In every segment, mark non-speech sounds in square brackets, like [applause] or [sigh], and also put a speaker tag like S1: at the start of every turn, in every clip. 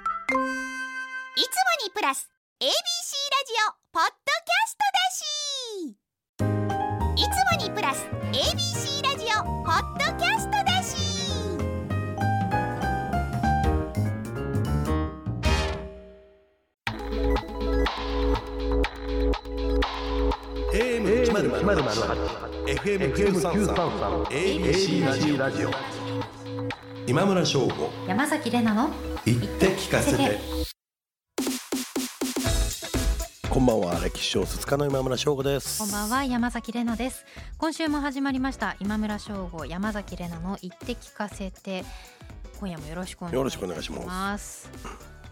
S1: いつもにプラス ABC ラジオポッドキャストだしいつもにプラス ABC ラジオポッドキャストだし
S2: 1008
S3: FM 九三三
S2: FM933
S3: ABC ラジオ
S2: ラジオ
S3: 今村翔吾
S4: 山崎れなの
S3: 言って聞かせて [laughs] こんばんは歴史小説家の今村翔吾です
S4: こんばんは山崎れなです今週も始まりました今村翔吾山崎れなの言って聞かせて今夜もよろしくお願いいたし
S3: よろしくお願いし
S4: ます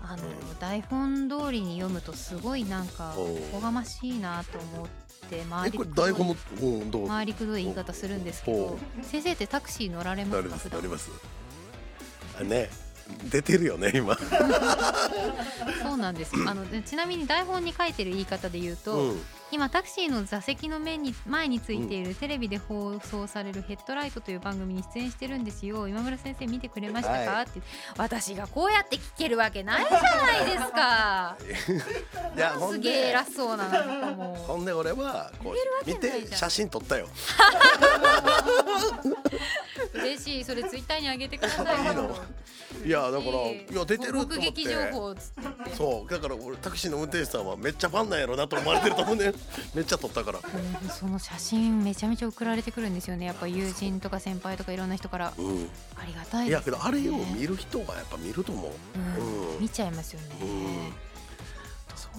S4: あの、台本通りに読むとすごいなんか
S3: おう
S4: おこがましいなと思って周
S3: え
S4: り
S3: これ
S4: くどい
S3: 台本もうんどう
S4: 回りくどい言い方するんですけど
S3: お
S4: 先生ってタクシー乗られ
S3: な
S4: ます
S3: り
S4: か
S3: ます
S4: 普
S3: な
S4: 段
S3: りますあね出てるよね今
S4: そうなんですよあのでちなみに台本に書いてる言い方で言うと、
S3: うん
S4: 今タクシーの座席の面に前についているテレビで放送される「ヘッドライト」という番組に出演してるんですよ今村先生見てくれましたか、
S3: は
S4: って私がこうやって聞けるわけないじゃないですか
S3: いやほ
S4: す
S3: ん
S4: げえ
S3: で
S4: 偉そうななんかも
S3: ほんで俺はこう見
S4: けないじゃん
S3: て写真撮ったよ [laughs]
S4: う嬉しいそれツイッターに上げてください
S3: いいの
S4: よ
S3: いやだから
S4: 嬉し
S3: いや出てると思って
S4: 目撃情報をつ
S3: [laughs]
S4: って
S3: そうだから俺タクシーの運転手さんはめっちゃファンなんやろなと思われてると思う [laughs] ねめっちゃ撮ったから
S4: その写真めちゃめちゃ送られてくるんですよねやっぱ友人とか先輩とかいろんな人から
S3: うん
S4: ありがたい
S3: い
S4: で
S3: や
S4: す
S3: けどあれを見る人はやっぱ見ると思う
S4: うん
S3: うん
S4: 見ちゃいますよね、
S3: うん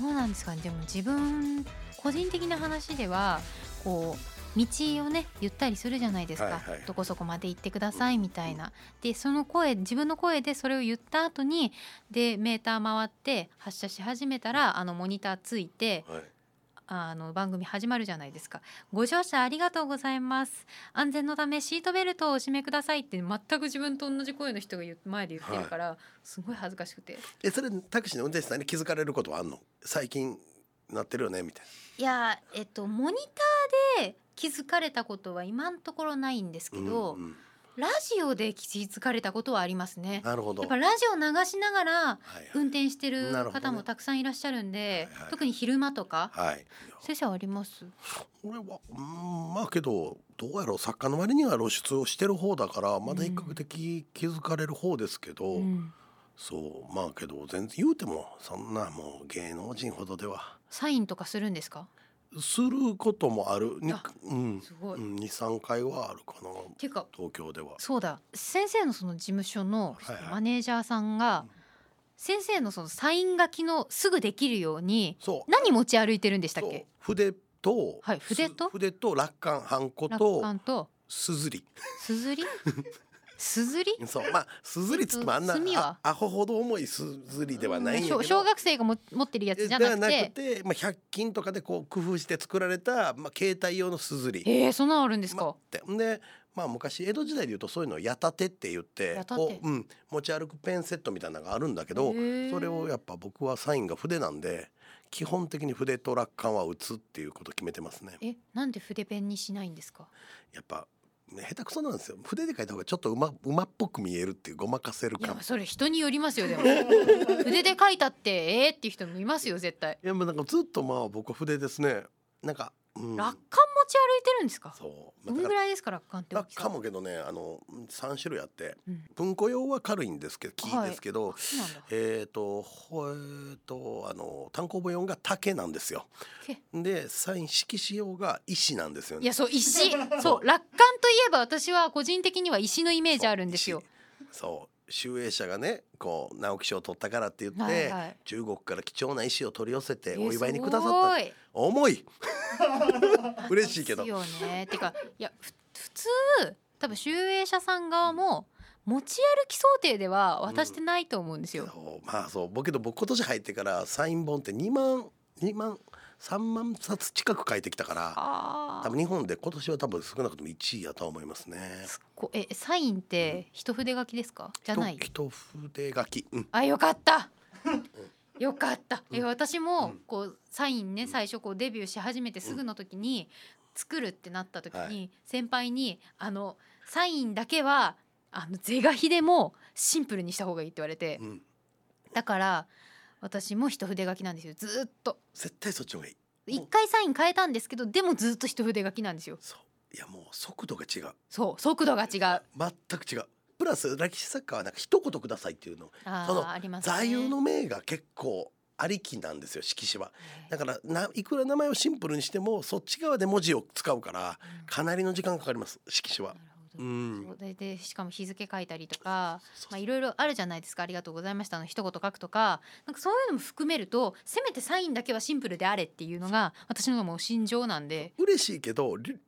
S4: そうなんですかねでも自分個人的な話ではこう道をね言ったりするじゃないですか、
S3: はいはい
S4: どこそこまで行ってくださいみたいな、でその声自分の声でそれを言った後にでメーター回って発射し始めたらあのモニターついて
S3: はい
S4: あの番組始まるじゃないですかご乗車ありがとうございます安全のためシートベルトをお締めくださいって全く自分と同じ声の人が言う前で言ってるから、すごい恥ずかしくて
S3: えそれタクシーの運転手さんに気づかれることはあんの最近なってるよねみたい
S4: いやーえっとモニターで気づかれたことは今のところないんですけ
S3: な、
S4: ど、
S3: うんうん
S4: ラジオで気づかれたことはありますね。
S3: なるほど
S4: やっぱラジオ流しながら
S3: はいはい
S4: 運転してる
S3: なるほど
S4: 方
S3: ね
S4: もたくさんいらっしゃるんで、
S3: はいはい
S4: 特に昼間とか、
S3: はい
S4: 先生あります。
S3: 俺はうんまあけどどうやろう作家の割には露出をしてる方だからまだ比較的気づかれる方ですけど、
S4: うん
S3: そうまあけど全然言うてもそんなもう芸能人ほどでは
S4: サインとかするんですか。
S3: することもあるに
S4: あ
S3: うん
S4: すごい。
S3: う
S4: っ
S3: ん23回はあるかな
S4: ていうか
S3: 東京では。
S4: そうだ先生のその事務所の
S3: はいはい
S4: マネージャーさんが先生のそのサイン書きのすぐできるように
S3: そう
S4: 何持ち歩いてるんでしたっ
S3: そう
S4: け。
S3: 筆と、
S4: はい筆と
S3: す筆と楽観ハンコ
S4: 楽
S3: と
S4: 観と
S3: すずり [laughs]
S4: すずりすずり
S3: そうまあすずりつってもあんな
S4: 墨は
S3: あアホほど重いすずりではないんやけ
S4: 小
S3: ど
S4: 小学生がも持ってるやつじゃなく
S3: では
S4: て
S3: てまあ、100均とかでこう工夫して作られた、まあ、携帯用のすずり
S4: えー、そんなのあるんですか、
S3: まあってで、まあ、昔江戸時代でいうとそういうのを矢立てって言って
S4: 矢立て
S3: こう、うん、持ち歩くペンセットみたいなのがあるんだけど
S4: へー
S3: それをやっぱ僕はサインが筆なんで基本的に筆と楽観は打つっていうことを決めてますね。
S4: えなんで筆ペンにしないんですか
S3: やっぱ下手くそなんですよ筆で書いた方がちょっと馬馬っぽく見えるっていうごまかせる
S4: いや
S3: 感
S4: それ人によりますよでも [laughs] 筆で書いたってえー、っていう人もいますよ絶対
S3: いやもうなんかずっとまあ僕は筆ですねなんか、うん、
S4: 楽観持ち歩いてるんですか
S3: そうまあだ
S4: どん
S3: か
S4: ぐ
S3: ら
S4: らいですか楽観って大
S3: 楽
S4: きさ
S3: 観もけどねあの3種類あって、
S4: うん
S3: 文庫用は軽いんですけど木
S4: はい
S3: ですけど、
S4: そうなんだ
S3: えー、とほえー、とあの単行本用が竹なんですよ
S4: け。
S3: でサイン色紙用が石なんですよ
S4: い
S3: ね。
S4: やそう
S3: [laughs]
S4: 石そう楽観といえば私は個人的には石のイメージあるんですよ
S3: 石。そう集英社がねこう直木賞を取ったからって言って、
S4: はいはい
S3: 中国から貴重な石を取り寄せて
S4: えー
S3: お祝いにくださ
S4: す
S3: った
S4: ご
S3: んです。
S4: い
S3: 重い嬉しいけど
S4: ですよね。てかいやふ普通多分集英社さん側も持ち歩き想定では渡してないと思うんですよ。
S3: そうまあそう僕けど僕今年入ってからサイン本って2万2万3万冊近く書いてきたから
S4: あ
S3: 多分日本で今年は多分少なくとも1位やとは思いますね。
S4: すっごえサインって一筆書きですかじゃない
S3: ひと一筆書き、うん、
S4: あよかったよかったえ私
S3: う
S4: も
S3: ん
S4: こうサインね最初こうデビューし始めてすぐの時に作るってなった時
S3: は
S4: に先輩にあのサインだけはあの是が非でもシンプルにした方がいいって言われて
S3: うん
S4: だから私も一筆書きなんですよずーっと
S3: 絶対そっちの方がいい
S4: 一回サイン変えたんですけどでもずっと一筆書きなんですよ
S3: そういやもう速度が違う
S4: そう速度
S3: [laughs]
S4: が違うあ
S3: 全く違うプラス歴史作家はなんか一言くださいっていうのそ
S4: あ
S3: の
S4: ありますね
S3: 座右の銘が結構ありきなんですよ色紙はだからないくら名前をシンプルにしてもそっち側で文字を使うから
S4: うん
S3: かなりの時間かかります色紙は
S4: なるほ
S3: う
S4: ど
S3: ん
S4: そうででしかも日付書いたりとか
S3: そう
S4: まあいろいろあるじゃないですかありがとうございましたの一言書くとかなんかそういうのも含めるとせめてサインだけはシンプルであれっていうのが私のもう心情なんで
S3: 嬉しいけどりり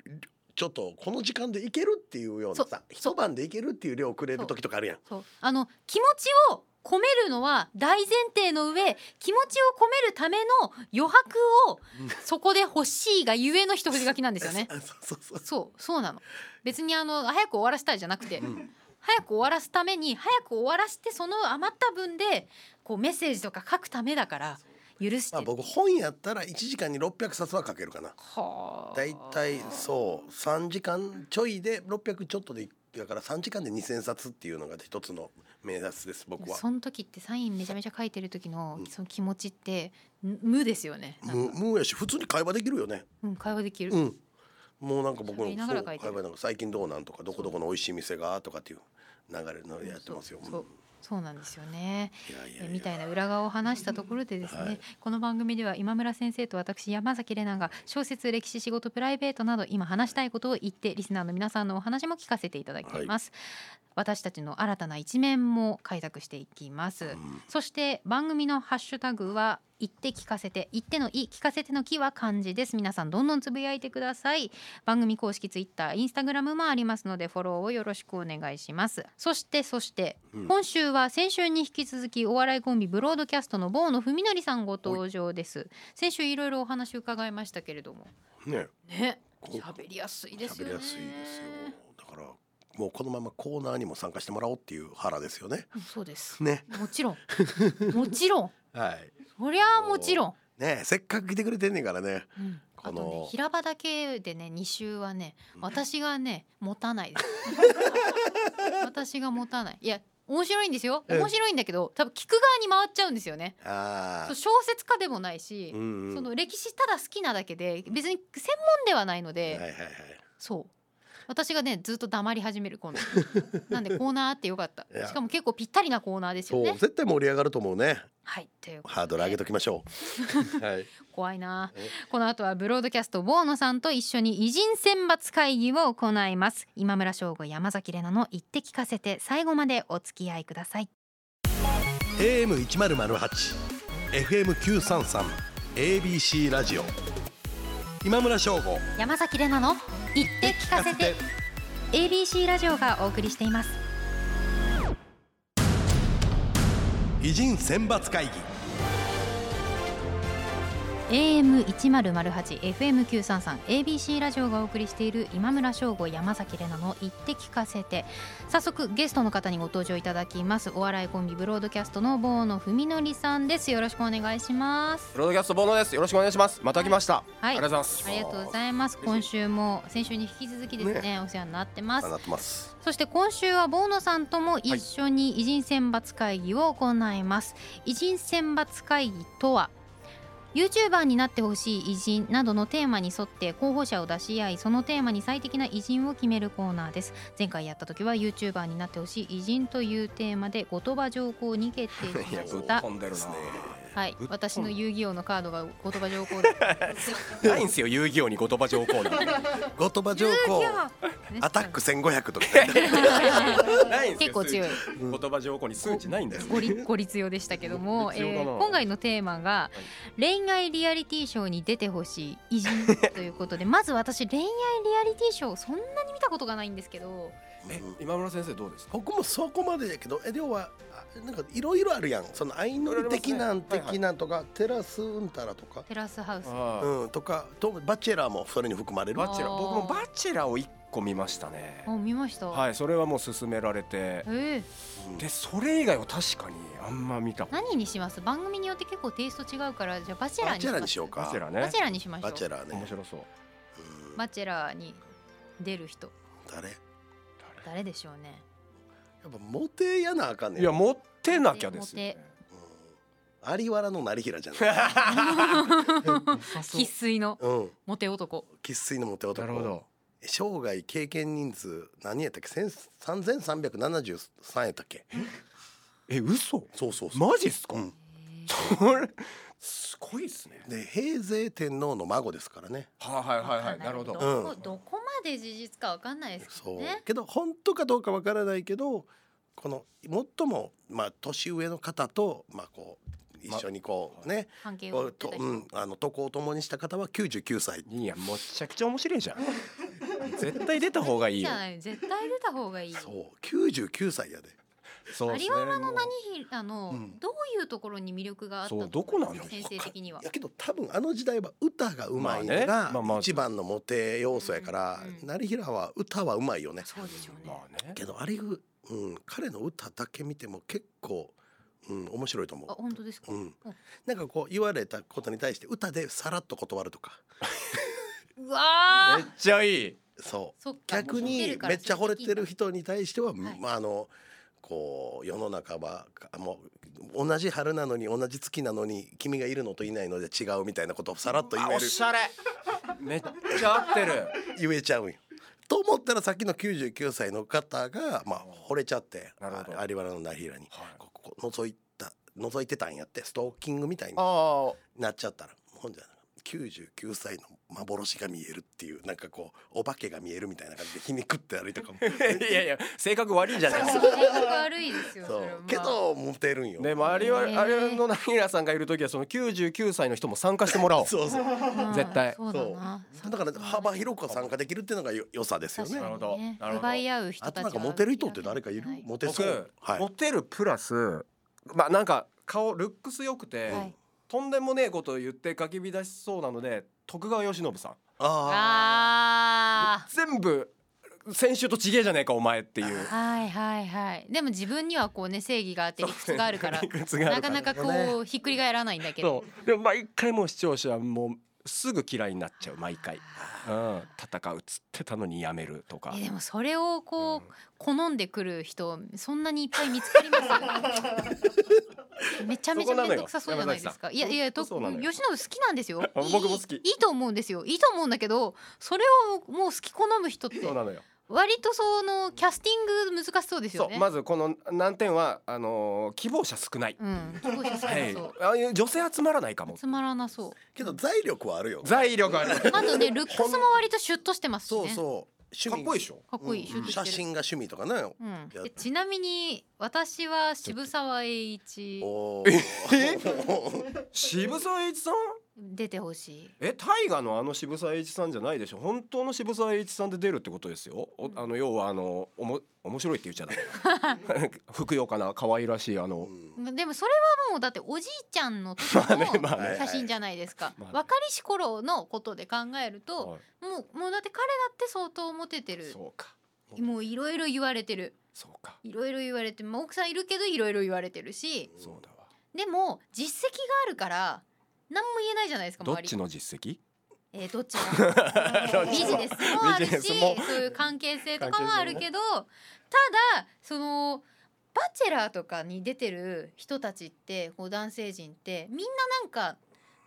S3: ちょっとこの時間でいけるっていうような
S4: そう
S3: さ一晩でいけるっていう量くれる時とかあるやん
S4: そうあの気持ちを込めるのは大前提の上気持ちを込めるための余白を
S3: うん
S4: そこで欲しいがゆえの一筆書きなんですよね
S3: [laughs] 。あそうそうそう
S4: そうそうなの別にあの早く終わらせたいじゃなくて、
S3: うん
S4: 早く終わらすために早く終わらせてその余った分でこうメッセージとか書くためだから許して
S3: まあ僕本やったら1時間に600冊は書けるかな
S4: はあ
S3: だいたいそう3時間ちょいで600ちょっとでだから3時間で2,000冊っていうのが一つの目指すです僕は
S4: その時ってサインめちゃめちゃ書いてる時の
S3: うん
S4: その気持ちってん無ですよねなん
S3: 無
S4: か
S3: 無やし普通に会話できるよね
S4: うん会話できる、
S3: うんもうなんか僕も
S4: 喋りなが
S3: そ
S4: ら
S3: う
S4: 書いて
S3: 会
S4: る
S3: 話なんか最近どうなんとかどこどこの美味しい店がとかっていう流れのやってますよ
S4: そうそうそうなんですよね
S3: うんいやいやい
S4: え
S3: や
S4: みたいな裏側を話したところでですね、
S3: はい
S4: この番組では今村先生と私山崎怜奈が小説歴史仕事プライベートなど今話したいことを言ってリスナーの皆さんのお話も聞かせていただきます、私たちの新たな一面も開拓していきます、
S3: うん
S4: そして番組のハッシュタグは言って聞かせて言ってのい聞かせてのきは漢字です皆さんどんどんつぶやいてください番組公式ツイッターインスタグラムもありますのでフォローをよろしくお願いしますそしてそして、
S3: うん
S4: 今週は先週に引き続きお笑いコンビブロードキャストの坊野文則さんご登場です先週いろいろお話伺いましたけれども
S3: ね
S4: ね
S3: こう
S4: 喋りやすいです
S3: 喋
S4: よ
S3: り
S4: ね
S3: やすいですよだからもうこのままコーナーにも参加してもらおうっていう腹ですよね
S4: うんそうです
S3: ね
S4: もちろんもちろん
S3: はい
S4: そりゃあもちろん
S3: ねえせっかく来てくれてんねんからね
S4: うんあ
S3: ことの
S4: ね平場だけでね2週はね
S3: うん
S4: 私がね持たないです
S3: [laughs]
S4: 私が持たないいや面白いんですよ
S3: ええ
S4: 面白いんだけど多分聞く側に回っちゃうんですよね
S3: あ
S4: そう
S3: あ
S4: 小説家でもないし、
S3: ん
S4: その歴史ただ好きなだけで別に専門ではないので、
S3: はいはいはい
S4: そう私がねずっと黙り始める今度
S3: [laughs]
S4: なんでコーナーあってよかった
S3: いや
S4: しかも結構ぴったりなコーナーです
S3: そ
S4: よ
S3: う
S4: ね
S3: 絶対盛り上がると思うね
S4: はいということで
S3: ハードル上げときましょうはい
S4: 怖いな
S3: え
S4: この後はブロードキャストボーノさんと一緒に偉人選抜会議を行います今村翔吾山崎怜奈の言って聞かせて最後までお付き合いください
S3: AM 一ゼロゼロ八、FM 九三三、ABC ラジオ。今村翔吾。
S4: 山崎怜奈の言って聞かせて ABC ラジオがお送りしています
S3: 偉人選抜会議。
S4: AM 一ゼロゼロ八 FM 九三三 ABC ラジオがお送りしている今村翔吾山崎怜奈の言って聞かせて早速ゲストの方にご登場いただきますお笑いコンビブロードキャストのボーノ文則さんですよろしくお願いします
S2: ブロードキャストボーノです。よろしくお願いします。また来ました。
S4: はい
S2: ありがとうございます。
S4: ありがとうございます。今週も先週に引き続きですね、お世話になってます。
S3: なってます。
S4: そして今週はボーノさんとも一緒に偉人選抜会議を行います。偉人選抜会議とは。YouTuber になってほしい偉人などのテーマに沿って候補者を出し合いそのテーマに最適な偉人を決めるコーナーです前回やった時は YouTuber になってほしい偉人というテーマで後鳥羽上皇に決定し
S2: いや、
S4: ま
S2: ぶっ
S4: した
S2: 飛んでるな。
S4: はい
S2: ぶっ
S4: 私の遊戯王のカードが後鳥羽上皇だった
S2: ないんすよ、遊戯王に言葉上皇なんて
S3: 後鳥羽上皇。アタック1500と
S2: [laughs]
S3: か。
S2: ないんすよ。
S4: 結構強い
S2: 数値言葉上皇に数値ないんだよ。
S4: ごりご立用でしたけども、
S3: [laughs]
S2: ご立用だ
S4: え
S2: な
S4: ー今回のテーマが恋愛リアリティショーに出てほしい偉人ということ
S3: [laughs]
S4: でまず私恋愛リアリティショーそんなに見たことがないんですけど
S2: え今村先生どうですか。
S3: 僕もそこまでやけど、え、要は、あなんかいろいろあるやん。その相乗り的なん、
S2: いろいろありますねはいはい
S3: 的なんとか、テラスうんたらとか。
S4: テラスハウス
S2: あ
S3: うん、とか、と、バチェラーもそれに含まれ
S2: ー
S3: る。
S2: バチェラー、
S4: あー
S2: 僕もバチェラーを一個見ましたね
S4: あ。見ました、
S2: はい、それはもう勧められて
S4: え。ー
S3: うん
S2: で、それ以外は確かにあんま見たことない。
S4: 何にします番組によって結構テイスト違うからじゃあバチェラー
S3: バ
S4: に
S3: チ
S4: し
S3: ェラー
S4: ま
S3: にし
S4: す
S3: ようか。
S2: バチェラー
S4: バ
S2: ね
S4: チ。ェラーにしましょ
S3: バチェ
S4: う
S3: ラー
S2: 面
S3: ね。
S2: 白そう。
S3: うん
S4: バチェラーに出る人
S3: 誰。や
S4: 誰でしょうね
S3: っぱモテやなあかんねん。
S2: いや、持ってなきゃですよね。
S3: うん有原の成平じゃ
S2: [laughs]
S3: ない。
S4: [laughs] 生粋の
S3: うん。
S4: モテ男
S3: 生粋のモテ男。
S2: なるほど。
S3: 生涯経験人数何やったっけ？千三千三百七十三やったっけ？
S2: え嘘
S3: そうそうそう。
S2: マジっすか、
S3: うん
S2: それすごいっすね
S3: で平成天皇の孫ですからね。
S2: はいはいはいはい
S4: まあ
S2: なるほど、
S3: うん
S4: こどこまで事実かわかんないですけ
S3: そう
S4: どね。
S3: けど本当かどうかわからないけどこの最もまあ年上の方とまあこう一緒にこうね、
S4: 関係
S3: こ
S4: を持
S3: う
S4: って
S3: と
S4: た人
S3: うんあの渡航を共にした方は九十九歳。
S2: いやもっちゃくちゃ面白いじゃん絶対出た方がいい
S4: じ
S2: よ
S4: ゃない絶対出た方がいい。
S3: そう九十九歳やで。
S2: そうですね
S4: 有原の何
S2: も
S4: ひあの、
S3: うん
S4: どういうところに魅力があった
S2: そうどこなんだろう
S4: 先生的には。
S3: いやけど多分あの時代は歌がうまいの
S2: まあねまあま
S3: が
S2: あ
S3: 一番のモテ要素やから
S4: うんうん
S3: 成平は歌はうまいよね。
S4: そうでしょう
S2: う
S4: ね。
S2: まあね
S3: けどあれ、うん、彼の歌だけ見ても結構、うん、面白いと思
S4: あ
S3: う。
S4: 本当ですか。
S3: うん、なんかこう言われたことに対して歌でさらっと断るとか
S4: うわ
S2: めっ
S4: ー。
S2: ちゃいい
S3: そう
S4: そっか
S3: 逆にめっちゃ惚れてる。人に対しては、
S4: はい
S3: まああのこう世の中はあもう同じ春なのに同じ月なのに君がいるのといないので違うみたいなことをさらっと言
S2: あ
S3: え
S2: お
S3: る
S2: しゃれめっちゃ合ってる
S3: 言えちゃうんよ。と思ったらさっきの99歳の方が、まあ、惚れちゃって
S2: なるほど
S3: あ有原の成平に
S2: はい
S3: こここ覗いた覗いてたんやってストーキングみたいに
S2: あ
S3: なっちゃったらほんじゃ99歳の幻が見えるっていうなんかこうお化けが見えるみたいな感じで皮肉って歩いとかも
S2: あ [laughs] いやいや性格悪いじゃないですか
S4: 性格悪いですよ。
S3: そ
S4: れは
S3: うけどモテるんよ、
S2: ね、周りは、
S4: ね
S2: あれの何らさんがいる時は、その九十九歳の人も参加してもらおう。
S3: そうそう
S4: まあうん
S2: 絶対
S4: そうだな。
S3: だから幅広く参加できるっていうのがよ良さですよ
S4: 確
S3: ね
S2: なる
S4: か
S2: ほ
S4: に
S2: ど
S4: ね。
S2: なるほど
S4: 奪い合う人
S3: あ
S4: たち
S3: と
S4: は。
S3: なんかモテる人って誰かいる
S4: はい
S3: モテそ
S2: 僕
S3: う、はい
S2: モテるプラス、まあ、なんか顔ルックス良くて、
S4: はい
S2: とんでもねえことを言って、ガキび出しそうなので。徳川慶喜さん、
S3: あ
S4: あ
S2: 全部、先週と違えじゃねえか、お前っていう
S4: あ。。はいはいはい。でも自分にはこうね正義があ [laughs] って理屈があるから
S2: 理屈があ
S4: な
S2: るから
S4: かなかこうひっくり返らないんだけど。
S2: そう、でも、毎回もう視聴者はもう、すぐ嫌いになっちゃう、毎回。うん、戦うっつってたのにやめるとか
S4: え。でもそれをこう
S2: うん
S4: 好んでくる人そんなにいっぱい見つか
S2: [laughs]
S4: ります。めちゃめちゃ面倒くさそうじゃないです
S2: そこ
S4: か。
S2: なの
S4: い
S2: よ
S4: やいや、と
S2: そうなのよ。
S4: 吉野好きなんですよ
S2: [laughs] 僕も好き
S4: いいいいと思うんですよ。いいと思うんだけど、それをもう好き好む人って
S2: そうなのよ。
S4: 割とそのキャスティング難しそうですよ
S2: そう
S4: ね。
S2: まずこの難点はあのー希望者少ない。
S4: うん、すごい少
S2: は
S4: ないそ、
S2: ああいう女性集まらないか
S4: う。
S2: も。
S4: つまらなそ
S3: ーけど財力はあるよ
S2: う財力あ
S4: [laughs]
S2: る。
S4: う。あとね、ルックスも割とシュッとしてますし
S3: そう
S4: ね。
S3: そう趣味
S2: かっこいいでしょ
S4: かっこいい、シュ
S3: う
S4: ッ
S3: ん
S4: として
S3: 写
S4: る。
S3: 真が趣味とかね
S4: うん
S3: いや
S4: えちなみに私は渋沢栄一
S3: おー
S2: 渋沢栄一さん？
S4: 出てほしい。
S2: え大河のあの渋沢栄一さんじゃないでしょ。本当の渋沢栄一さんで出るってことですよ。おあの要はあのおも面白いって言っちゃダ
S4: [laughs]
S2: メ。 [laughs] ふくよかな可愛らしいあの。
S3: うん
S4: でもそれはもうだっておじいちゃんの時
S2: [laughs] まあねまあ
S4: の
S2: ね
S4: 写真じゃないですか
S2: まあね
S4: 若りし頃のことで考えると
S2: はい
S4: もうもうだって彼だって相当モテてる
S2: そうか
S4: もういろいろ言われてる
S2: そうか
S4: いろいろ言われて、まあ、奥さんいるけどいろいろ言われてるし
S2: そうだわ。
S4: でも実績があるから何も言えないじゃないですか
S2: どっ
S4: 周り
S2: ちの実績？
S4: えーど
S2: [laughs]
S4: っちもビジネスもある
S2: ビ
S4: し
S2: ジネス
S4: そ
S2: も
S4: ういう関係性とかもあるけどただそのバチェラーとかに出てる人たちってこう男性陣ってみんななんか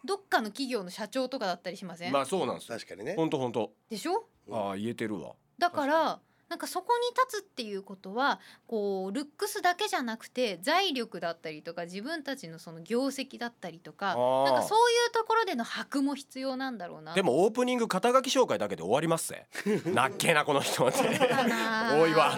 S4: どっかの企業の社長とかだったりしません、
S2: まあそうなんですよ。
S3: 確かにね
S2: 本当本当。
S4: でしょ
S2: ああ言えてるわ。
S4: だからなんかそこに立つっていうことはこうルックスだけじゃなくて財力だったりとか自分たちのその業績だったりとか
S2: あー
S4: なんかそういうところでの箔も必要なんだろうな
S2: でもオープニング肩書き紹介だけで終わります
S4: [laughs]
S2: ぜ。なっけえなこの人って。
S4: かな
S2: 多いわ
S4: [laughs]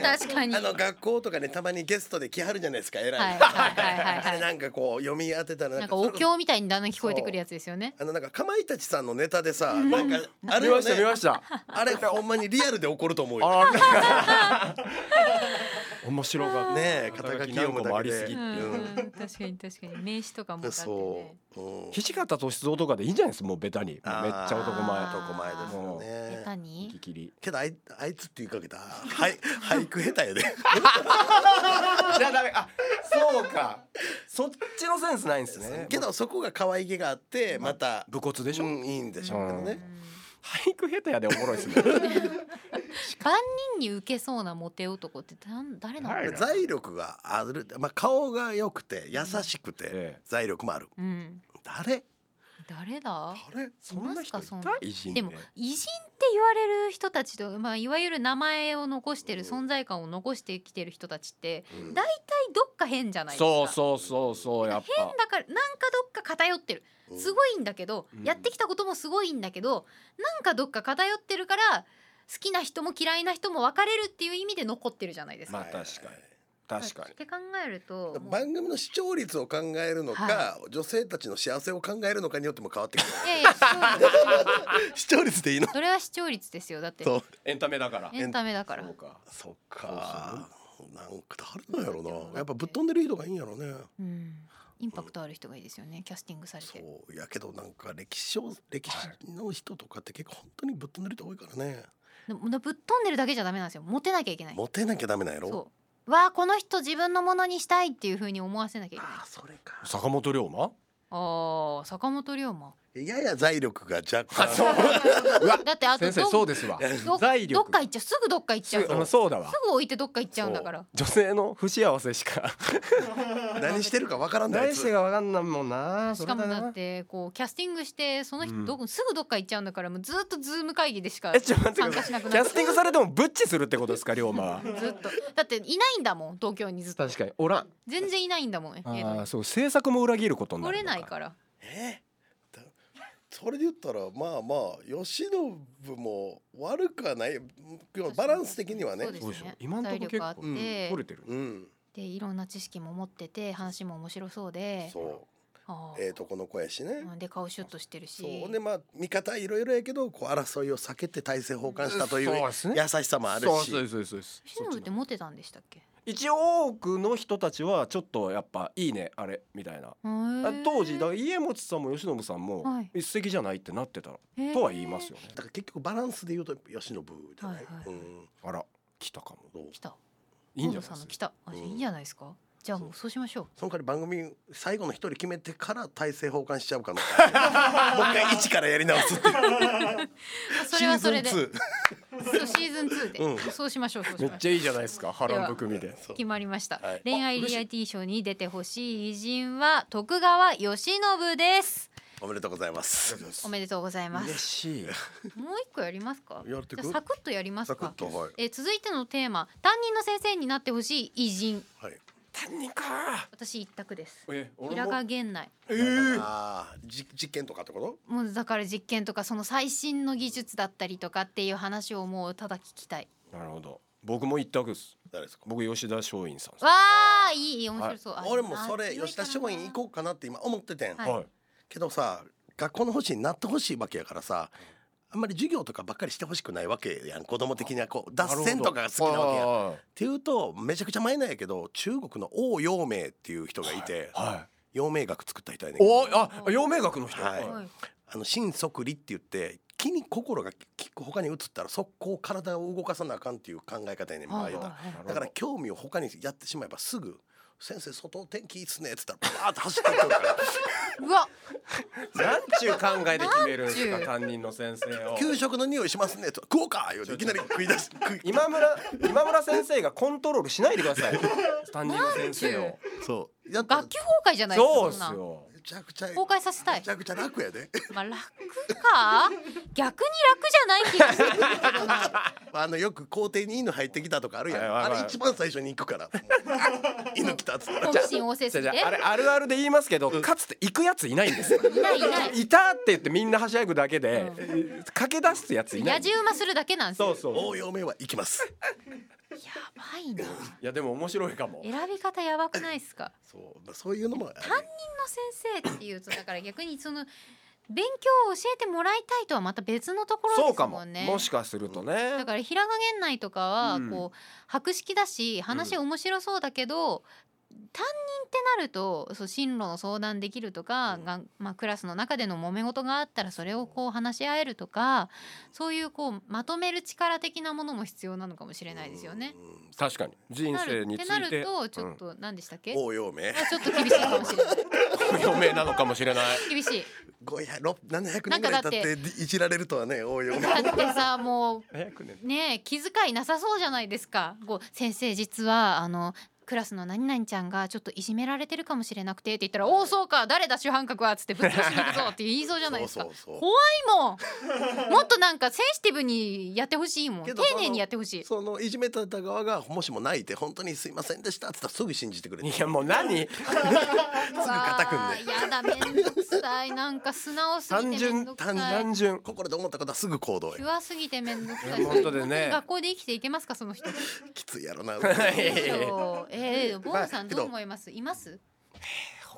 S4: 確かに
S3: あの学校とかねたまにゲストで来はるじゃないですか偉い、
S4: はいはいはいはい
S3: [laughs] あれなんかこう読み当てたら
S4: なんかお経みたいにだんだん聞こえてくるやつですよね。
S3: あのなんかかまいたちさんのネタでさ、なんかあれ
S2: 見
S3: は
S2: ました見
S3: ね、
S2: ました。
S3: あれほんまにリアルで起こると思うよ。
S2: あ
S4: [laughs]
S2: れ面白かった。
S3: ねえ肩書き読む
S2: も
S3: だ
S2: あ
S3: け
S2: りす
S3: で
S2: ぎ。
S3: ん
S4: うん、確かに確かに名刺とかもだって
S3: そ
S4: ね。
S3: う、うん、
S2: 土方歳三とかでいいんじゃないですかもうベタにめっち
S3: あー
S2: ゃ男前
S4: あ
S3: 男前ですよ
S4: 下
S3: ね。
S4: 手
S2: 息
S4: に。
S2: 切り
S3: けどあいあいつって言いかけ
S4: [laughs]
S3: た、はい俳句下手やで。
S2: じゃあダメあそうかそっちのセンスないんですね
S3: けどそこが可愛げがあってまた、
S2: 武骨でしょ、
S3: うんいいんでしょうけど
S4: うん
S3: ね。
S2: 俳句下手やでおもろいですね [laughs]
S4: 万人に受けそうなモテ男ってなん誰なの、
S2: 誰だ
S3: 財力がある、まあ、顔が良くて優しくて、
S2: ええ
S3: 財力もある
S4: うん
S3: 誰
S4: 誰だ
S3: 誰
S2: そんな人い
S4: います
S2: た
S4: か
S2: 偉人
S4: でも偉人って言われる人たちと、まあ、いわゆる名前を残してる存在感を残してきてる人たちって
S3: うん
S4: 大体どっか変じゃないですか。
S2: そうそうそうそうやっぱ
S4: だからなんかどっか偏ってる
S3: うん
S4: すごいんだけど、
S2: うん
S4: やってきたこともすごいんだけどなんかどっか偏ってるから好きな人も嫌いな人も別れるっていう意味で残ってるじゃないですか。
S2: まあ確かに確かに
S4: って考えるともう
S3: 番組の視聴率を考えるのか、
S4: は
S3: 女性たちの幸せを考えるのかによっても変わってく
S4: [laughs]
S3: る
S4: いやいや視
S3: 視聴
S4: 聴率
S3: 率でいいの
S4: それは視聴率ですよだって
S3: そう
S2: エンタメだから
S4: エンタメだから
S2: そうか
S3: そっかなんか誰なんや
S4: そうだ
S3: ろ
S4: っ
S3: な
S4: て
S3: やっぱぶっ飛んでる人がいいんやろね
S4: うんインパクトある人がいいですよねキャスティングされて
S3: そうやけどなんか歴史を歴史の人とかって結構本当にぶっ飛んでる人多いからね、
S4: でもぶっ飛んでるだけじゃダメなんですよモテなきゃいけない
S3: モテなきゃダメなんやろ
S4: そうわあこの人自分のものにしたいっていう風に思わせなきゃいけない
S3: ああそれか
S2: 坂本龍馬
S4: あー坂本龍馬
S3: やや財力が若干
S4: だってあと
S2: 先生
S4: ど
S2: そうですわ
S4: ど
S2: 財力
S4: どっか行っちゃうすぐどっか行っちゃう
S2: そう
S4: す
S2: そうだわ
S4: ぐ置いてどっか行っちゃうんだから
S2: 女性の不幸せしか
S3: 何してるかわからんないや
S2: 何
S3: つ
S2: してがわかんないもんな
S4: し
S2: それ
S4: かも
S2: だ
S4: だ
S2: な
S4: ってこうキャスティングしてその
S2: う
S4: 人
S2: ん
S4: どこ、すぐどっか行っちゃうんだからもうずっとズーム会議でしか
S2: えちょっと待って
S4: 参
S2: くだ
S4: 加
S2: さ
S4: しなく
S2: いキ
S4: な
S2: ャ
S4: る
S2: スティングされてもブッチするってことですか龍馬は
S4: ずっとだっていないんだもん東
S2: [laughs]
S4: 京にずっと
S2: 確かにおらん
S4: 全然いないんだもん
S2: あ
S4: 芸能
S2: ーそう制作も裏切ることにな
S4: 取
S2: る
S4: れ
S2: の
S4: ないから
S3: えだそれで言ったらまあまあ吉野も悪くはないバランス的にはね
S4: そうです
S2: そうでしょ今んとこ結
S4: 体力あ
S2: 構
S4: って、
S3: うん
S2: 取れてる
S3: うん
S4: でいろんな知識も持ってて話も面白そうで
S3: そ
S4: あ
S3: う
S4: ー
S3: ええとこの子やしね
S4: うんで顔シュッとしてるし
S3: そうでまあ味方いろいろやけどこう争いを避けて体制交換したという
S2: そうですね
S3: 優しさもある
S2: そう
S3: し
S2: そうそうそうそう
S4: 吉野部ってモテたんでしたっけ
S2: 一応多くの人たちはちょっとやっぱいいねあれみたいなあ当
S4: 当
S2: 時だから家持さんも吉野さんも
S4: はい
S2: 一石じゃないってなってたとは言いますよね
S3: だから結局バランスで言うと吉野部じゃない、
S4: はいはい
S3: うん
S2: あら来たかも
S3: そう
S4: 来た
S2: いいんじゃない
S4: 河
S2: で
S4: 野さ
S2: す
S4: んの
S2: か
S4: 来たあじゃあいいんじゃないですかじゃあもうそうしましょう
S3: その代わり番組最後の一人決めてから体制交換しちゃうかな
S2: [laughs]
S3: もう一回一からやり直すっていう
S4: あそれはそれで
S3: シ
S4: そう
S3: ーズン
S4: シーズン2で、
S3: うん
S4: そうしましょうそうし
S2: め
S4: ま
S2: っ
S4: しょ
S2: ちゃいいじゃないですか波乱含みで
S3: 2そう
S4: 決まりました、
S3: はい
S4: 恋愛リアリティショーに出てほしい偉人は徳川慶喜です
S3: おめでとうございます
S4: おめでとうございま
S2: 嬉
S4: す
S2: しい
S4: もう一個やりますか
S3: やって
S4: じ
S3: く
S4: ゃあサクッとやります
S3: サク
S4: か
S3: ッとはい、
S4: えー続いてのテーマ担任の先生になってほしい偉人
S3: はい、
S2: 担任か
S4: 私一択です
S2: え俺
S4: 平
S2: も
S4: 賀源内
S2: えー
S3: ああじ実験とかってこと
S4: もうだから実験とかその最新の技術だったりとかっていう話をもうただ聞きたい
S2: なるほど僕も一択です
S3: 誰ですか
S2: 僕吉田松陰さんです
S4: わあいいいい面白そう、あ
S3: 俺もそれ
S4: 強い
S3: 吉田
S4: かな
S3: 松陰行こうかなって今思っててん、
S4: はい
S2: はい
S3: けどさ学校の保師になってほしいわけやからさあんまり授業とかばっかりしてほしくないわけやん子供的にはこう脱線とかが好きなわけやっ
S2: わ
S3: ていうとめちゃくちゃ前なんやけど中国の王陽明っていう人がいて、
S2: はい
S3: 陽明学作った人やねんけど
S2: おあ陽明学の人
S3: はい
S4: はい
S3: あの心即理って言って気に心がき他に移ったら速攻体を動かさなあかんっていう考え方やねん場合
S4: はい
S3: は
S4: はい
S3: だから興味を他にやってしまえばすぐ「先生外天気いいっすね」っつったらバーッと走ってくる
S4: [laughs]
S3: から。
S4: うわ
S2: なんちゅう考えで決めるんです
S4: な
S2: か担
S4: んちゅう
S2: 任の先生を
S3: 給食の匂いしますねと食おうか言うていきなり食い出す食い
S2: 今村今村先生がコントロールしないでくだ
S4: [laughs]
S2: さい担任の先生を
S3: そうやったら
S4: 学
S3: め
S4: 級崩壊じゃないですか
S2: そうっす
S4: そんな
S2: よ
S3: ちゃくちゃ
S4: 崩壊させたい
S3: めちゃくちゃ楽やで
S4: まあ楽か逆に楽じゃない気がするけどな
S3: あのよく校庭に犬入ってきたとかあるやん、
S2: はいはいはい
S3: あれ一番最初に行くから
S4: [laughs]
S3: 犬来たっつったら
S4: 好奇心旺盛
S2: じ
S4: す
S2: ゃ
S4: ぎ
S2: じゃ
S4: て
S2: あれあるあるで言いますけど、かつて行くやついないんですよ。
S4: いないいない
S2: いたって言ってみんなはしゃぐだけで、駆け出すやついない
S4: や。じ馬するだけなんですよ
S2: そうそう。
S3: 応用面は行きます
S4: やばいない
S2: やでも面白いかも。
S4: 選び方やばくないですか
S3: そう、まあ、そういうのもある
S4: 先生っていうとだから逆にその勉強を教えてもらいたいとはまた別のところ
S2: そう
S4: で
S2: か
S4: す
S2: も
S4: もんね。。
S2: もしかするとね
S4: だ。から平賀源内とかは
S2: うん
S4: こう博識だし話面白そうだけど、担任ってなるとそう進路の相談できるとか、
S3: うん
S4: がまあ、クラスの中での揉め事があったらそれをこう話し合えるとかそういうこうまとめる力的なものも必要なのかもしれないですよね。
S3: うん
S2: 確かに人
S4: なる
S2: 生に
S4: って
S2: つ
S4: ないる
S2: て。
S4: とちょっと何でしたっけ、
S3: 応用名 [laughs]
S4: あちょっと厳しいかもしれない [laughs]
S2: うん有名なのかもしれない。
S4: 厳しい
S3: 500 700年ぐらい経っていじられるとはねおいおい
S4: だってさもう
S2: 500年
S4: ねえ気遣いなさそうじゃないですかこう先生実はあのクラスの何々ちゃんがちょっといじめられてるかもしれなくてって言ったら「おおそうか誰だ主犯格は」っつってぶっ殺しに行くぞ
S3: [laughs]
S4: って言いそうじゃないですか
S3: そうそうそう
S4: 怖いもんもっとなんかセンシティブにやってほしいもん
S3: け
S4: 丁
S3: どその
S4: 寧にやってほしい
S3: そのいじめた側がもしも泣いて本当にすいませんでしたって言ったらすぐ信じてくれて
S2: いやもう何
S3: すぐ肩組んで
S4: わあやだめんどくさいなんか素直すぎて
S2: 単
S4: めん
S2: 純
S4: どくさ
S2: 単
S4: い
S2: 単純
S3: 心で思ったことはすぐ行動へ
S4: ピュアすぎてめんどくさい
S2: いや本当でね
S4: 学校で生きていけますかその人
S3: きついやろ
S4: [laughs]
S3: な
S2: いやいやいや
S4: そうえー、ボンさ
S3: まあ
S4: ん
S3: けど
S4: どう思いますいます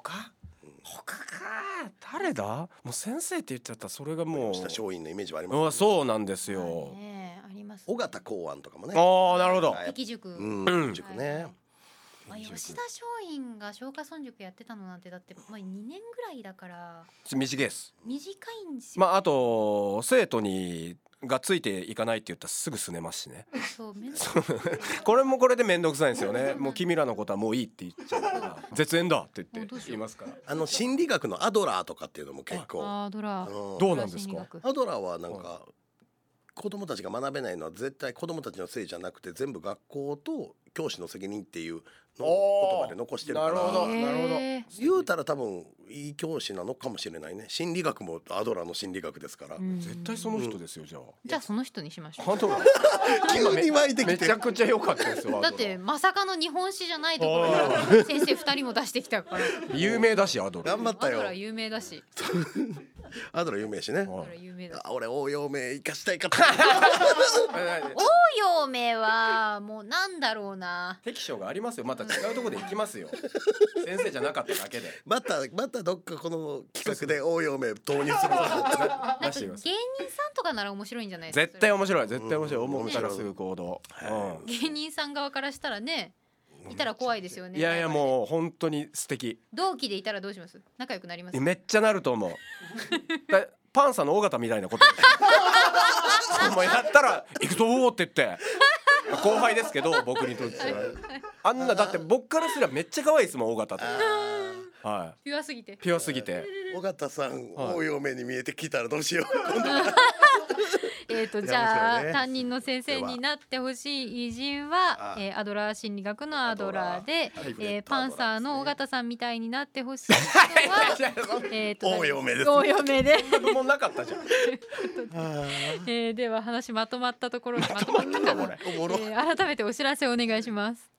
S2: 他他か誰だもう先生って言っちゃったそれがもう
S3: 下松陰のイメージはあり
S2: う
S3: ま
S2: わ
S3: す
S2: そうなんですよ
S4: はいねえあります
S3: 尾形公安とかもね
S2: ああなるほど
S3: はい
S4: 碧塾、
S3: うん、
S2: うん
S3: 塾
S4: はい
S3: ね、
S4: まあ、
S2: 塾
S4: 吉田松陰が松下村塾やってたのなんてだって、まあ、2年ぐらいだから
S2: 短いです
S4: 短いんですよ、
S2: まああと生徒にがついていかないって言ったらすぐすねますしね
S4: そうめんどくさい
S2: そうこれもこれで面倒くさいんですよねもう君らのことはもういいって言っちゃうから絶縁だって言
S4: も
S2: っ
S4: うどう
S2: て
S4: しよ
S2: 言
S4: う
S2: いますから
S3: あの心理学のアドラーとかっていうのも結構
S4: あードラ
S3: あの
S2: どうなんです
S4: 心理
S2: か
S4: 学
S3: アドラーはなんか子供たちが学べないのは絶対子供たちのせいじゃなくて全部学校と教師の責任っていうのを言葉で残してるから
S2: なるほど
S4: へー
S2: なるほど
S3: 言うたら多分いい教師なのかもしれないね心理学もアドラーの心理学ですから、
S4: うん
S2: 絶対その人ですよじゃあ
S4: じゃあその人にしましょ
S2: 本当だ
S3: 急に湧いて
S2: め
S3: きて
S2: ちゃくちゃ良かったですよ
S4: うだってまさかの日本史じゃないところ
S2: あ
S4: から先生2人も出してきた
S2: [laughs]
S4: から
S2: 有名だしアドラー
S3: 頑張った
S4: アドラ
S3: よ
S4: ー有名だし
S3: アドラー有名やしね
S4: アドラー有名だし
S3: あ俺応用名生かしたいかった
S4: 応用名はもうなんだろうな
S2: 適所がありますよまた違うところで行きますよ先生じゃなかっただけで
S3: またまたどっかこの企画で応用名導入するぞ
S4: なん
S2: 出
S4: か
S2: してみ
S4: 芸人
S2: ます
S4: さんとかなら面白いんじゃないですか
S2: 絶対面白い絶対面白い
S3: うん
S2: 思ったらすぐ行動、
S3: は
S4: 芸人さん側からしたらねいたら怖いですよ
S2: うん
S4: ね
S2: いやいや
S4: う
S2: もう本当に素敵
S4: 同期でいたらどうします仲良くなります
S2: めっちゃなると思う [laughs] だパンサーの尾形みたいなこと [laughs] ですよもうやったら行くぞーって言って後輩ですけど僕にとってはあんなだって僕からすればめっちゃ可愛いですもん尾形っては
S4: ピュアすぎ
S2: [laughs]
S4: て
S2: いピュアすぎて
S3: 尾形さん、
S2: はい
S3: 応用名に見えてきたらどうしよう
S4: えーと
S3: や
S4: じゃ
S3: 面
S4: あ、
S3: 白いね
S4: 担任の先生になってほしい偉人は
S3: あ、
S4: えーアドラー心理学のアドラーで
S3: アドラーハ
S4: えー
S3: イブリッドアドラー
S4: パンサーの尾形さんみたいになってほしい人
S2: [laughs]
S4: は
S2: そ
S4: えーと
S3: 応用名です
S4: 応用名で、
S2: んなもんなかったじゃん
S4: えーでは話まとまったところにまとまったかな、
S3: おもろ
S4: えー改めてお知らせお願いします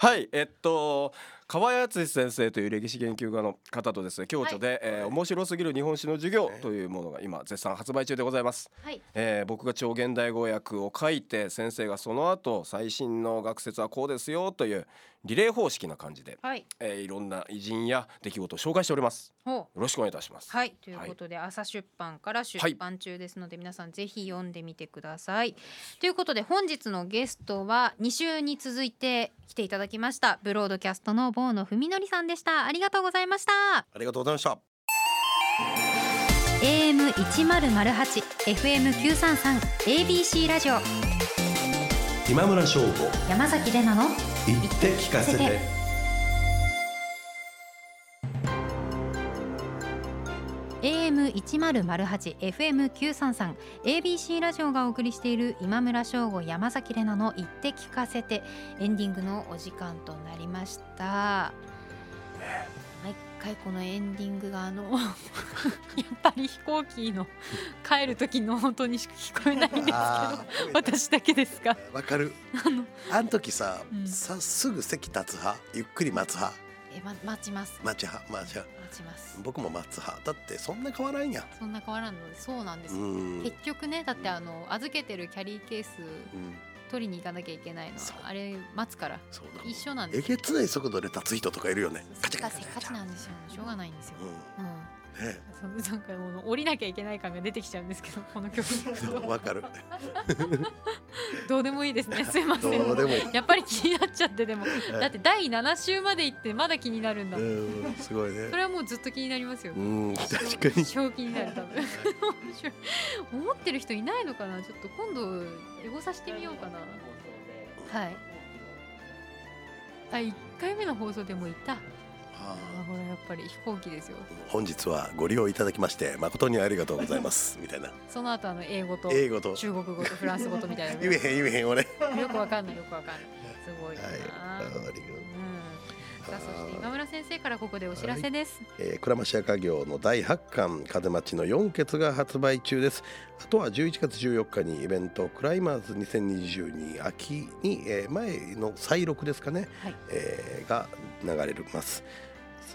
S2: はいえっと河合敦先生という歴史研究家の方とですね共著で、えー面白すぎる日本史の授業」というものが今絶賛発売中でございます。
S4: はい
S2: えー僕が超現代語訳を書いて先生がその後最新の学説はこうですよというリレー方式な感じで、
S4: はい
S2: えーいろんな偉人や出来事を紹介しております。
S4: ほう
S2: よろしくお願いいたします。
S4: はいということで、朝出版から出版中ですので、皆さんぜひ読んでみてください。ということで本日のゲストは2週に続いて来ていただきましたブロードキャストの坊野文則さんでしたありがとうございました。
S3: ありがとうございました
S4: AM 一ゼロゼ八 FM 九三三 ABC ラジオ
S5: 今村翔吾
S4: 山崎れなの
S5: 言って聞かせて
S4: て AM 一ゼロゼ八 FM 九三三 ABC ラジオがお送りしている今村翔吾山崎れなの言って聞かせてエンディングのお時間となりました。毎回このエンディングがあの [laughs] やっぱり飛行機の帰る時の音にしか聞こえないんですけど
S3: あー
S4: 私だけですか
S3: [laughs] わかるあの時さ、
S4: うん
S3: さすぐ席立つ派ゆっくり待つ派
S4: え、ま、待ちます
S3: 待ち派待ち派
S4: 待ちます
S3: 僕も待つ派だってそんな変わらんやん
S4: そんな変わらんのでそうなんです、
S3: うん
S4: 結局ねだってあの預けてるキャリーケース
S3: うん
S4: 取りに行かなきゃいけないのは
S3: そう
S4: あれ待つから
S3: そうだ
S4: 一緒なん
S3: え
S4: です
S3: げつない速度で立つ人とかいるよねカ
S4: せっ
S3: チャ
S4: か
S3: カチ
S4: せっ
S3: ャ
S4: か
S3: カチャ
S4: ちなんですよしょうがないんですよ、うん
S3: うんね
S4: そなんかもう降りなきゃいけない感が出てきちゃうんですけ
S3: [laughs]
S4: どこの曲
S3: そう [laughs] わかる
S4: どうでもいいで
S3: [laughs]
S4: すねすいません
S3: どうでもいい
S4: やっぱり気になっちゃってでもだって第7週まで行ってまだ気になるんだ、
S3: うんすごいね
S4: それはもうずっと気になりますよ、
S3: うん確かに
S4: 正気になる多分面白い思ってる人いないのかなちょっと今度エゴさしてみようかなはいあ1回目の放送でもいたあほらやっぱり飛行機ですよ
S3: 本日はご利用いただきまして誠にありがとうございますみたいな
S4: その後あの英語と
S3: 英語と
S4: 中国語とフランス語とみたいな
S3: 言えへん言えへん俺
S4: よくわかんないよくわかんないすごいな、
S3: はいああ
S4: うん
S3: りがとう
S4: さあそして今村先生からここでお知らせです、
S3: えー、倉町屋家業の第8巻「風町の4欠」が発売中ですあとは11月14日にイベント「クライマーズ2022秋に」えー前の再録ですかね、
S4: はい
S3: えーが流れます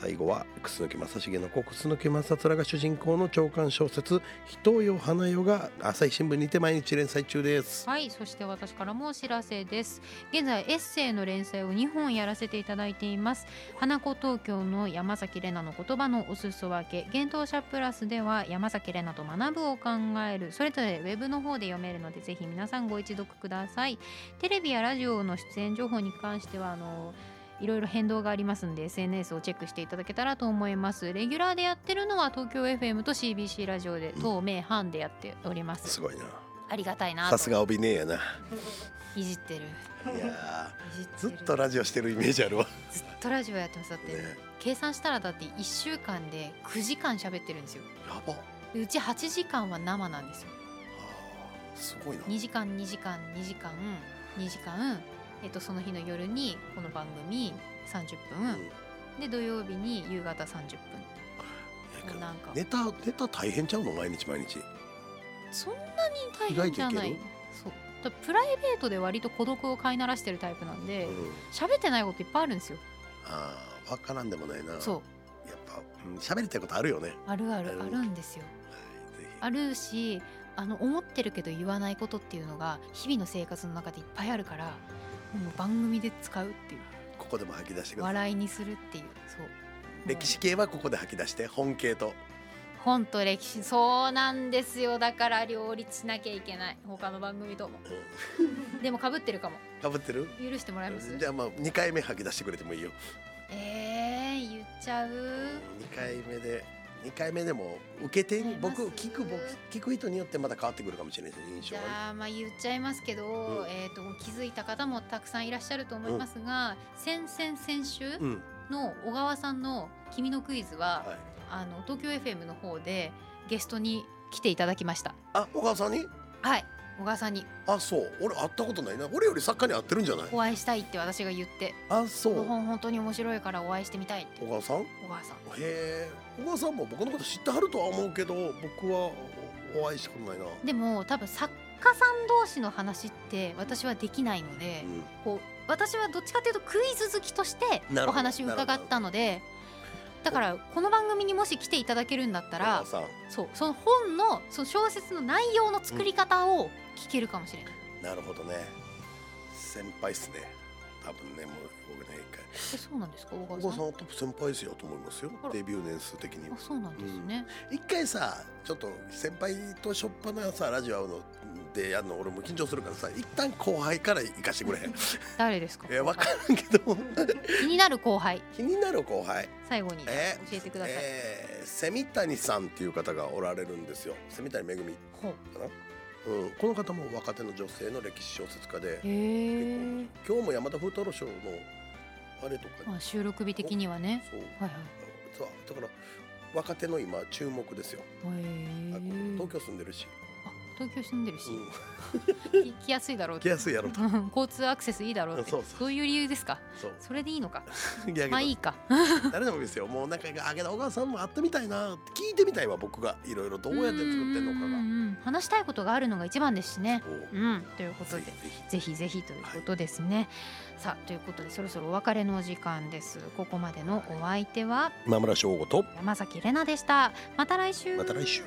S3: 最後は楠木正成の子楠木正面が主人公の長官小説「人よ花よ」が朝日新聞にて毎日連載中です
S4: はい、そして私からもお知らせです。現在エッセイの連載を2本やらせていただいています。花子東京の山崎怜奈の言葉のお裾分け、幻冬者プラスでは山崎怜奈と学ぶを考える、それぞれウェブの方で読めるので、ぜひ皆さんご一読ください。テレビやラジオの出演情報に関しては、あの。いろいろ変動がありますので SNS をチェックしていただけたらと思いますレギュラーでやってるのは東京 FM と CBC ラジオで東名阪でやっております
S3: すごいな
S4: ありがたいなと
S3: さすが帯ねえや
S4: [laughs]
S3: ない
S4: じってる
S3: いや
S4: いじって
S3: ーず
S4: る
S3: っとラジオしてるイメージあるわ、
S4: ずっとラジオやってますだって、
S3: ね、
S4: 計算したらだって1週間で9時間喋ってるんですよ
S3: やばあ
S4: でうち8時間は生なんですよ
S3: ーすごいな
S4: 2時間2時間2時間2時間、えっと、その日の夜にこの番組30分、で土曜日に夕方30分もうなんか
S3: ネタネタ大変ちゃうの毎日毎日
S4: そんなに大変じゃな
S3: 意外とい
S4: い
S3: ける
S4: そうだからプライベートで割と孤独を飼いならしてるタイプなんで
S3: うん、
S4: 喋ってないこといっぱいあるんですよ
S3: ああ分からんでもないな
S4: そう
S3: やっぱうん喋、りたいことあるよね、
S4: あるある
S3: うん
S4: あるんですよ
S3: はい、ぜひ
S4: あるしあの思ってるけど言わないことっていうのが日々の生活の中でいっぱいあるからもう番組で使うっていう
S3: ここでも吐き出してください
S4: 笑いにするっていうそう
S3: 歴史系はここで吐き出して本系と
S4: 本と歴史そうなんですよだから両立しなきゃいけない他の番組ともでもかぶってるかも
S3: かぶってる
S4: 許してもらえます
S3: じゃあまあ2回目吐き出してくれてもいいよ
S4: えー、言っちゃう
S3: 2回目で2回目でも受け手に僕
S4: やります
S3: 聞く僕聞く人によってまた変わってくるかもしれないですね印
S4: じ
S3: 象が
S4: ゃあまあ言っちゃいますけど、
S3: うん
S4: えー、と気づいた方もたくさんいらっしゃると思いますが、先々先週
S3: ねうん
S4: の小川さんの「君のクイズは」
S3: はい
S4: あの東京 FM の方でゲストに来ていただきました
S3: あ小川さんに
S4: はい小川さんに
S3: あそう俺会ったことないな俺より作家に会ってるんじゃない
S4: お会いしたいって私が言って
S3: あ
S4: 「
S3: そ
S4: この
S3: う
S4: 本本当に面白いからお会いしてみたい」って
S3: 小川さん
S4: 小川さん
S3: へえ小川さんも僕のこと知ってはるとは思うけど僕はおお会いしたことないな、
S4: でも多分作家さん同士の話って私はできないので、
S3: う
S4: こう私はどっちかというとクイズ好きとして
S3: なるほど
S4: お話を伺ったのでだからこの番組にもし来ていただけるんだった
S3: ん、
S4: ら
S3: 小川さ
S4: そうその本のその小説の内容の作り方を聞けるかもしれない。
S3: んなるほどね先輩っすね多分ねもう僕ね一回
S4: えそうなんですか小
S3: 小
S4: 川さ
S3: 川
S4: ん
S3: さんは多分先輩ですよと思いますよ
S4: あら
S3: デビュー年数的に
S4: あそうなんですね、
S3: 一回さちょっと先輩としょっぱなさラジオ会うのでやるの俺も緊張するからさ一旦後輩から行かしてくれ
S4: [laughs]
S3: へん
S4: 誰ですか
S3: え分からんけど
S4: [laughs]
S3: [laughs]
S4: 気になる後輩
S3: 気になる後輩
S4: 最後に教
S3: え
S4: えてください、
S3: えー、蝉谷さんっていう方がおられるんですよ蝉谷めぐみ
S4: ほう
S3: うん、この方も若手の女性の歴史小説家で
S4: へえ
S3: 今日も山田風太郎賞のあれとか、
S4: まあ収録日的にはね
S3: そう
S4: はいはい
S3: そうだから若手の今注目ですよ、
S4: へ
S3: あ
S4: え
S3: 東京住んでるし、
S4: あ東京住んでるし、
S3: う、
S4: き [laughs] 来やすいだろうん
S3: 来やすい
S4: [laughs]
S3: やろと
S4: 交通アクセスいいだろうって
S3: そうそう
S4: いう理由ですか
S3: そう
S4: それでいいのか
S3: いや
S4: まあいいか
S3: 誰でもいいですよもうなんかあげた小川さんも会ってみたいなって聞いてみたいわ僕がいろいろどうやって作ってんの
S4: うん
S3: か
S4: うんうん話したいことがあるのが一番ですしね
S3: がお
S4: うんというこ
S3: う
S4: と
S3: ぜひぜ
S4: で
S3: ひ
S4: ぜひぜひということですね、さあということでそろそろお別れのお時間ですここまでのお相手は
S3: 今村翔吾と
S4: 山崎れなでしたまた来週
S3: また来週